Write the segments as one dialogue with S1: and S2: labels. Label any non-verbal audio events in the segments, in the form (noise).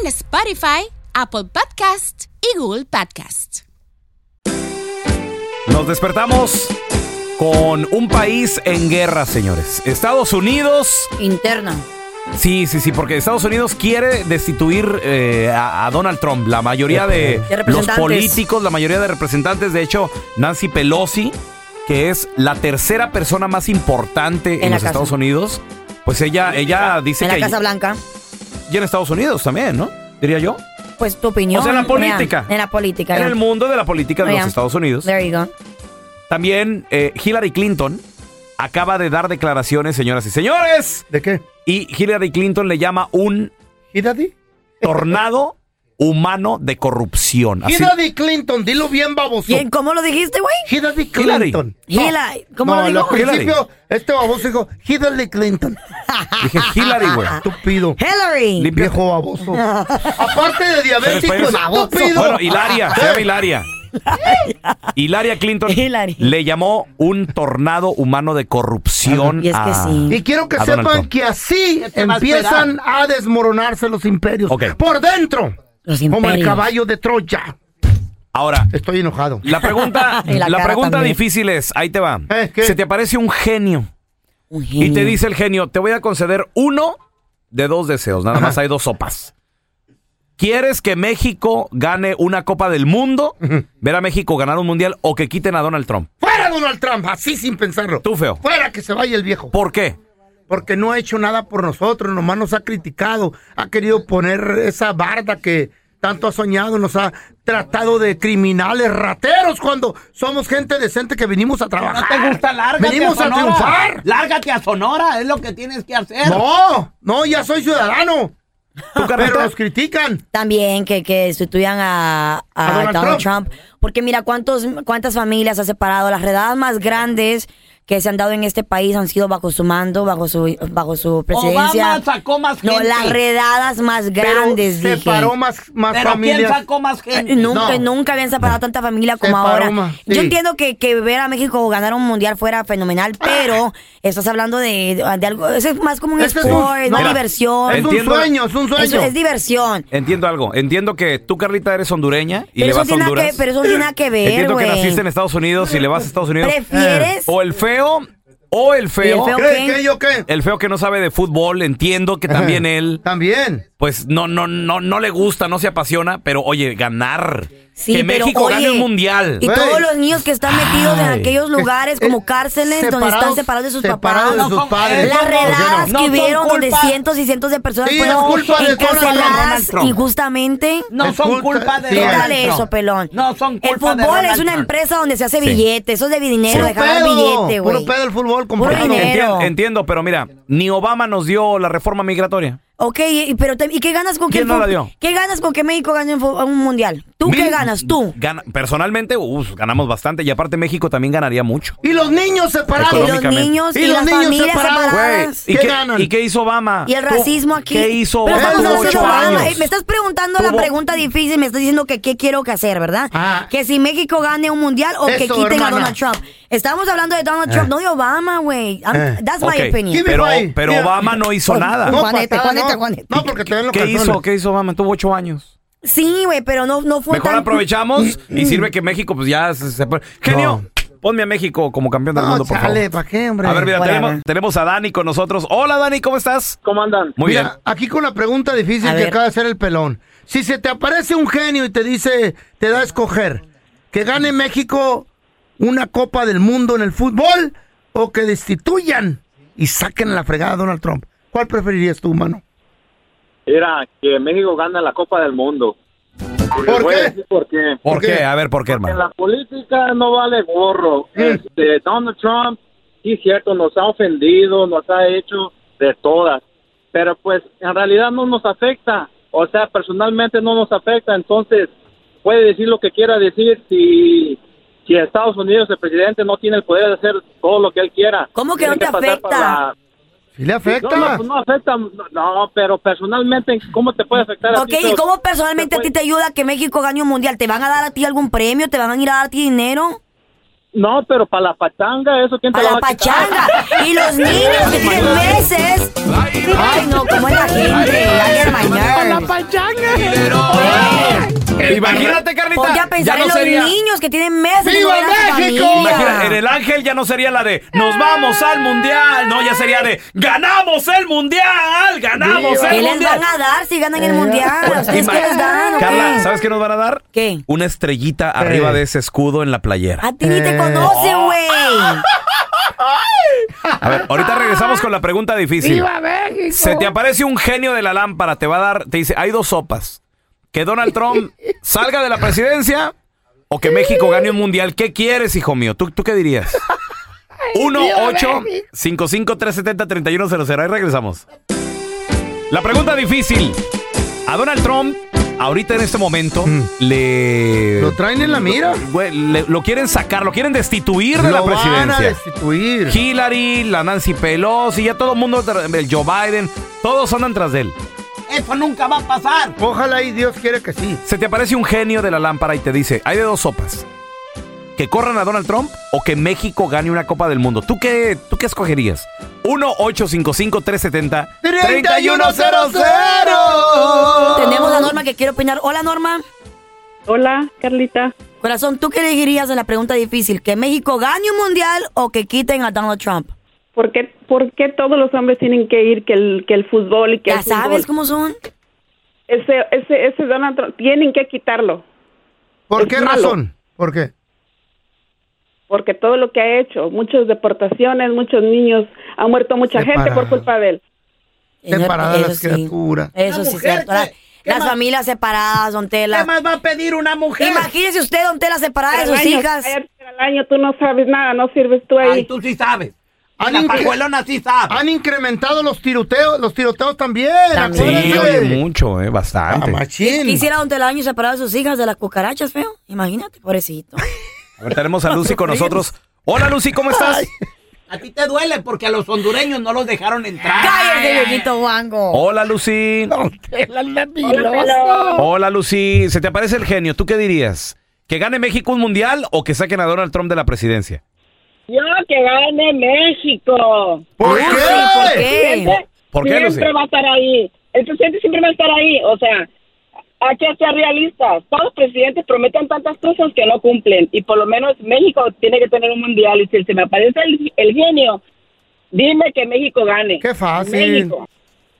S1: en Spotify, Apple Podcast y Google Podcast.
S2: Nos despertamos con un país en guerra, señores. Estados Unidos.
S3: Interna.
S2: Sí, sí, sí, porque Estados Unidos quiere destituir eh, a, a Donald Trump. La mayoría de,
S3: De
S2: los
S3: representantes.
S2: políticos, la mayoría de representantes, de hecho, Nancy Pelosi, que es la tercera persona más importante en,
S3: En la
S2: los
S3: casa.
S2: Estados Unidos, pues ella, ella dice
S3: En la
S2: que
S3: Casa Blanca.
S2: y en Estados Unidos también, ¿no? Diría yo.
S3: Pues tu opinión.
S2: O sea, en la
S3: Brian,
S2: política.
S3: en la política.
S2: En
S3: ya.
S2: el mundo de la política de
S3: Brian,
S2: los Estados Unidos.
S3: There you go.
S2: También eh, Hillary Clinton acaba de dar declaraciones, señoras y señores.
S4: ¿De qué?
S2: Y Hillary Clinton le llama un
S4: ¿Hillary? (laughs)
S2: tornado humano de corrupción. Así-
S4: Hillary Clinton, dilo bien baboso.
S3: ¿Quién- ¿Cómo lo dijiste, güey?
S4: Hillary
S2: Hillary.
S4: Clinton.
S3: Hillary, ¿cómo
S4: no,
S3: lo
S4: al
S3: digo?
S2: Hillary.
S4: principio este baboso dijo Hillary Clinton. Ah.
S2: Dije Hillary,
S3: (laughs)
S2: güey.
S4: Estúpido.
S3: Hillary.
S2: Límpiate.
S4: Viejo baboso. Aparte de diabético,
S2: Pero espérese.
S4: estúpido.
S2: Bueno, Hilaria, se llama
S3: (laughs)
S2: Hilaria. Hilaria Clinton
S3: Hillary.
S2: le llamó un tornado humano de corrupción.
S3: Y es que
S2: a-
S3: sí.
S4: Y quiero que
S2: A Ah, Donald
S4: sepan
S2: Trump.
S4: que así empiezan a desmoronarse los imperios.
S2: Ok.
S4: Por dentro.
S3: Los
S4: Como el
S3: imperios.
S4: caballo de Troya.
S2: Ahora,
S4: Estoy enojado.
S2: la pregunta,
S3: (laughs) Y la
S2: la
S3: cara
S2: pregunta
S3: también.
S2: difícil es, ahí te va.
S4: Eh, ¿qué?
S2: Se te aparece un genio.
S3: Un
S2: Y te
S3: genio.
S2: dice el genio, te voy a conceder uno de dos deseos, nada más hay dos sopas. ¿Quieres que México gane una Copa del Mundo? Ver a México ganar un mundial o que quiten a Donald Trump.
S4: Fuera Donald Trump, así sin pensarlo.
S2: Tú, feo.
S4: Fuera que se vaya el viejo.
S2: ¿Por qué?
S4: porque no ha hecho nada por nosotros, nomás nos ha criticado, ha querido poner esa barda que tanto ha soñado, nos ha tratado de criminales, rateros, cuando somos gente decente que venimos a trabajar.
S5: No te gusta, lárgate
S4: Venimos a,
S5: Sonora.
S4: triunfar.
S5: Lárgate a Sonora, es lo que tienes que hacer.
S4: No, no, ya soy ciudadano.
S2: ¿Tú,
S4: Pero
S2: Carlita?
S4: nos critican.
S3: También que, que sustituyan a, a
S4: A Donald
S3: Donald, Trump. Porque mira cuántos cuántas familias ha separado. Las redadas más grandes que se han dado en este país han sido bajo su mando, bajo su bajo su presidencia.
S5: Obama sacó más
S3: no,
S5: gente.
S3: las redadas más grandes,
S4: Pero
S3: dije.
S4: separó más, más
S5: Pero ¿quién
S4: familias.
S5: sacó más gente?
S3: Eh, Nunca,
S4: No.
S3: nunca habían separado tanta familia como
S4: Separó
S3: ahora.
S4: más, sí.
S3: Yo entiendo que, que ver a México ganar un mundial fuera fenomenal,
S4: Ah.
S3: pero estás hablando de, de algo. eso Es más como un
S4: Ese Este es un-
S3: sport, es
S4: no,
S3: más
S4: mira,
S3: diversión.
S4: Es un
S2: Entiendo-
S4: sueño, es un sueño.
S3: Eso es diversión.
S2: Entiendo algo. Entiendo que tú, Carlita, eres hondureña y
S3: Pero
S2: le
S3: eso,
S2: vas a
S3: tiene nada
S2: Honduras.
S3: que, pero eso no tiene nada que ver,
S2: Entiendo
S3: güey.
S2: que naciste en Estados Unidos y le vas a Estados Unidos.
S3: ¿Prefieres?
S2: O el feo, o el feo.
S3: Y el feo-
S4: ¿Cree
S3: ¿qué?
S4: que yo
S5: Eh,
S4: qué?
S2: el feo que no sabe de fútbol, entiendo que también él.
S4: También.
S2: pues no, no, no, no le gusta, no se apasiona, pero oye, ganar.
S3: Sí,
S2: que
S3: pero,
S2: México gane
S3: oye,
S2: un mundial.
S3: Y
S4: Güey.
S3: todos los niños que están metidos en
S2: Ay.
S3: aquellos lugares
S4: Es-
S3: como cárceles donde están separados de sus
S4: Eh, separados
S3: papás.
S4: de sus
S5: No,
S4: padres.
S3: Las
S5: ¿por qué no?
S3: redadas
S5: No
S3: que
S5: son
S3: hubieron donde
S5: culpa-
S3: cientos y cientos de personas
S4: Sí,
S3: fueron
S4: es culpa de Donald Trump.
S3: encarceladas
S5: Donald Trump.
S3: injustamente.
S5: No
S4: Es
S5: son
S4: culpa-
S5: culpa de
S4: eh, Sí,
S5: Donald
S3: Quítale
S5: Trump.
S3: eso, pelón.
S5: No son
S3: El
S5: culpa de
S3: fútbol es
S5: Donald
S3: una
S5: Trump.
S3: empresa donde se hace
S2: Sí.
S3: billete. Eso es de dinero, de jalar billete, güey.
S4: puro pedo el fútbol,
S3: Puro
S4: compadre.
S3: dinero.
S2: Entiendo, entiendo, pero mira, ni Obama nos dio la reforma migratoria.
S3: Ok, y- pero te- ¿y qué ganas con
S2: ¿Quién
S3: que
S2: no
S3: fu-
S2: la dio?
S3: ¿Qué ganas con que México gane un, fu- un mundial? ¿Tú qué
S2: Mil-
S3: ganas? Tú.
S2: Gana- personalmente, uf, ganamos bastante. Y aparte México también ganaría mucho.
S4: Y los niños
S3: Y
S4: separados.
S3: los
S2: Económicamente.
S3: niños y,
S4: Y los
S3: las
S4: niños
S3: familias
S4: separados.
S2: Güey,
S3: separadas.
S2: ¿y
S4: ¿Qué ganan?
S2: ¿Y qué hizo Obama?
S3: Y el
S2: Tú-
S3: racismo aquí.
S2: ¿Qué hizo
S3: Pero
S2: Obama?
S3: estamos
S2: Tuvo
S3: hablando de
S2: ocho
S3: Obama.
S2: años.
S3: Eh, Me estás preguntando la
S2: Tuvo-
S3: pregunta difícil, me estás diciendo que qué quiero que hacer, ¿verdad?
S4: Ah.
S3: Que si México gane un mundial o que
S4: Eso,
S3: quiten a
S4: hermana.
S3: Donald Trump. Estamos hablando de Donald Trump, no de Obama, güey. I'm-
S4: Eh.
S3: That's
S2: Ok,
S3: my opinion.
S4: Give me
S2: Pero,
S4: five.
S2: pero
S4: Mira.
S2: Obama no hizo nada.
S4: No,
S3: Juanete,
S4: patada,
S3: Juanete,
S4: no.
S3: Juanete.
S4: No, porque te ven los
S2: ¿Qué
S4: calzones.
S2: hizo? ¿Qué hizo Obama? Tuvo ocho años.
S3: Sí, güey, pero no, no fue
S2: Mejor
S3: tan...
S4: Mm,
S2: pues, aprovechamos y sirve que México pues ya se... se- Genio, Ponme a México como campeón del
S4: No,
S2: mundo, por
S4: chale,
S2: favor.
S4: ¿para qué, hombre?
S2: A ver, mira,
S3: Whatever.
S2: tenemos, tenemos a Dani con nosotros. Hola, Dani, ¿cómo estás?
S6: ¿Cómo andan?
S2: Muy
S4: Mira,
S2: bien.
S4: aquí con la pregunta difícil
S3: A
S4: que
S3: ver.
S4: acaba de hacer el pelón. Si se te aparece un genio y te dice, te da a escoger, que gane México una Copa del Mundo en el fútbol o que destituyan y saquen a la fregada a Donald Trump. ¿Cuál preferirías tú, mano?
S6: Mira, que México gana la Copa del Mundo.
S7: Pues,
S4: ¿Por
S6: Voy a
S4: qué?
S6: decir por qué.
S2: ¿Por
S4: qué?
S2: qué? A ver, ¿por qué,
S6: En
S2: hermano?
S6: la política no vale gorro. Este, Donald Trump, sí es cierto, nos ha ofendido, nos ha hecho de todas. Pero pues en realidad no nos afecta. O sea, personalmente no nos afecta. Entonces puede decir lo que quiera decir si, si Estados Unidos, el presidente, no tiene el poder de hacer todo lo que él quiera.
S3: ¿Cómo que no
S6: Tiene
S3: te
S6: pasar
S3: afecta?
S6: para-
S4: ¿Sí le afecta?
S6: No, pues,
S7: pues,
S6: no, no afecta. no, No, pero personalmente, ¿cómo te puede afectar a
S3: Ok,
S6: ti?
S3: ¿y
S6: Pero-
S3: cómo personalmente a ti te ayuda que México gane un mundial? ¿Te van a dar a ti algún premio? ¿Te van a ir a dar a ti dinero?
S6: No, pero para la pachanga, eso quién te
S3: A
S6: lo va
S3: la
S6: a quitar?
S3: pachanga. Y los niños que tienen meses. Ay, no, ¿cómo es la gente? Ay, el mañana.
S2: Imagínate, Carlita.
S3: Ponte a Pues pensar
S2: ya
S3: en
S2: no
S3: los
S2: sería.
S3: niños que tienen meses.
S4: ¡Viva
S3: y no ven a su
S4: México!
S3: familia.
S2: Imagina- en el ángel ya no sería la de nos vamos al mundial, no, ya sería de ganamos el mundial, ganamos el
S3: ¿Qué les
S2: mundial.
S3: van a dar si ganan el mundial? ¿A ustedes qué
S2: Ima-
S3: les dan? o qué?
S2: Carla, ¿sabes qué nos van a dar?
S3: ¿Qué? Ah,
S2: Una estrellita arriba de ese escudo en la playera.
S3: A ti ni te
S4: Eh.
S3: conoce, güey.
S2: A ver, ahorita regresamos con la pregunta difícil. Se te aparece un genio de la lámpara, te va a dar, te dice, hay dos sopas. Que Donald Trump salga de la presidencia o que México gane un mundial. ¿Qué quieres, hijo mío? ¿Tú, tú qué dirías? 1 8 55 370 3100 Ahí regresamos. La pregunta difícil. A Donald Trump, ahorita en este momento, le...
S4: Mm. ¿Lo traen en la mira?
S2: Güey, le- lo quieren sacar, lo quieren destituir de la
S4: Lo van a
S2: presidencia.
S4: destituir.
S2: Hillary, la Nancy Pelosi, ya todo el mundo, tra- el Joe Biden, todos andan tras de él.
S5: Eso nunca va a pasar.
S4: Ojalá y Dios quiere que sí.
S2: Se te aparece un genio de la lámpara y te dice, hay de dos sopas, que corran a Donald Trump o que México gane una Copa del Mundo. ¿Tú qué, tú qué escogerías? 1-855-370-3100.
S3: Tenemos a Norma que quiere opinar. Hola, Norma.
S7: Hola, Carlita.
S3: Corazón, ¿tú qué elegirías en la pregunta difícil? ¿Que México gane un mundial o que quiten a Donald Trump?
S7: ¿Por qué, por qué todos los hombres tienen que ir que el, que el fútbol y que
S3: Ya
S7: el fútbol?
S3: sabes cómo son.
S7: Ese, ese, ese Donald Trump, tienen que quitarlo.
S4: ¿Por
S7: Es
S4: qué
S7: malo.
S4: razón? ¿Por qué?
S7: Porque todo lo que ha hecho, muchas deportaciones, muchos niños, ha muerto mucha gente por
S4: Separados.
S7: culpa de él.
S4: Separadas
S3: Eso
S4: las
S3: sí.
S4: criaturas.
S3: Eso
S5: Una
S3: sí, es
S5: mujer
S3: cierto.
S5: que-
S3: Las,
S5: que
S3: las
S5: ma-
S3: familias separadas, don Tela.
S5: ¿Qué más va a pedir una mujer?
S3: Imagínese usted, don Tela, separada de
S7: Al
S3: sus
S7: año,
S3: hijas.
S7: cállate, al año tú no sabes nada, no sirves tú ahí.
S5: Ay, tú sí sabes.
S4: Al
S5: La
S4: inque-
S5: pajuelona sí sabe.
S4: Han incrementado los tiroteos, los tiroteos también.
S3: También.
S2: Sí,
S4: acuérdense.
S2: oye, mucho, eh,
S4: Ah,
S2: bastante.
S4: machín.
S3: Quisiera don Tela año separado de sus hijas de las cucarachas, feo. Imagínate, pobrecito.
S2: A ver, tenemos a
S4: (laughs)
S2: Lucy con nosotros. Hola, Lucy, ¿cómo estás?
S5: A ti te duele porque a los hondureños no los dejaron entrar.
S3: ¡Cállate, viejito guango!
S4: Oh,
S2: Hola, Lucy. Hola, Lucy. Se te aparece el genio. ¿Tú qué dirías? ¿Que gane México un mundial o que saquen a Donald Trump de la presidencia?
S8: Yo que gane México.
S4: ¿Por qué? Este,
S3: Ay, ¿Por qué?
S8: Siempre,
S2: ¿Por qué,
S8: siempre
S2: Lucy?
S8: va a estar ahí. El presidente siempre va a estar ahí. O sea, hay que ser realistas. Todos los presidentes prometen tantas cosas que no cumplen. Y por lo menos México tiene que tener un mundial. Y si se me aparece el, el genio, dime que México gane.
S4: Qué fácil.
S8: México.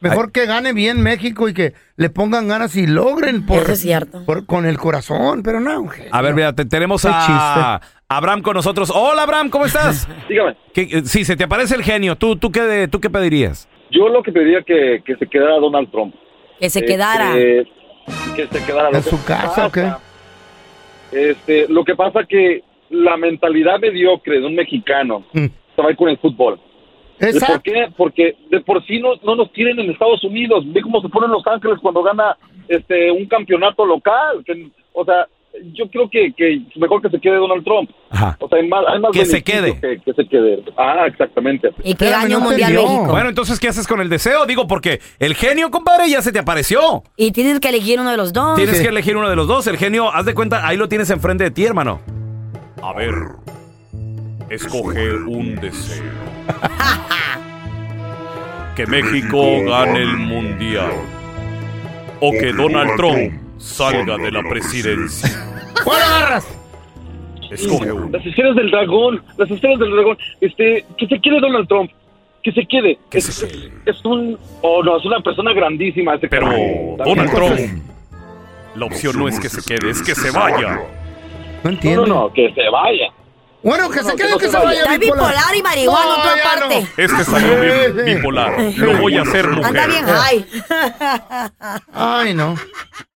S4: Mejor que gane bien México y que le pongan ganas y logren por,
S3: Eso es cierto.
S4: por- con el corazón, pero no. je-
S2: A ver, mira, te- tenemos
S4: Qué
S2: a Abraham con nosotros. Hola, Abraham, ¿cómo
S4: (laughs)
S2: estás?
S9: Dígame,
S2: ¿Qué- eh, sí, se te aparece el genio. ¿Tú, tú, qué, de- tú qué pedirías?
S9: yo lo que pediría que, que se quedara Donald Trump.
S3: Que se
S9: Eh,
S3: quedara.
S9: eh, que se quedara. Lo
S4: ¿En
S9: que
S4: su casa o
S9: Ah,
S4: qué?
S9: Este, lo que pasa que la mentalidad mediocre de un mexicano
S4: Mm.
S9: se va a ir con el fútbol. ¿Y ¿Por
S4: Exacto.
S9: qué? Porque de por sí no, no nos tienen en Estados Unidos. Ve cómo se pone Los Ángeles cuando gana este un campeonato local. Que- o sea, yo creo que, que mejor que se quede Donald Trump.
S2: Ajá.
S9: O sea, hay más, hay más
S2: Que se
S9: beneficio
S2: quede.
S9: Que, que se quede. Ah, exactamente.
S3: Y que
S4: espérame,
S3: gane un
S4: no
S3: mundial
S4: entendió.
S3: México.
S2: Bueno, entonces, ¿qué haces con el deseo? Digo, porque el genio, compadre, ya se te apareció.
S3: Y tienes que elegir uno de los dos.
S2: Tienes
S4: Sí.
S2: que elegir uno de los dos. El genio, haz de cuenta, ahí lo tienes enfrente de ti, hermano. A ver. Escoge un (laughs) deseo. que México gane el mundial. O que Donald Trump salga de la presidencia.
S4: ¿Cuál agarras?
S2: Escoge uno.
S9: Las esferas del dragón, las esferas del dragón. Este, que se quede Donald Trump, que se quede. es, es un, oh no, es una persona grandísima. este Ese Pero
S2: Donald Trump. La opción no es que se quede, es que se vaya.
S9: No entiendo. No, no, que se vaya.
S4: Bueno, que se quede, que, se vaya.
S3: Está bipolar y marihuana,
S4: No,
S3: tú
S4: ya no.
S3: aparte.
S2: Este salió bi-
S3: ¿ah?
S2: bipolar. Lo voy a hacer mujer.
S3: Anda bien high.
S4: Ay, no.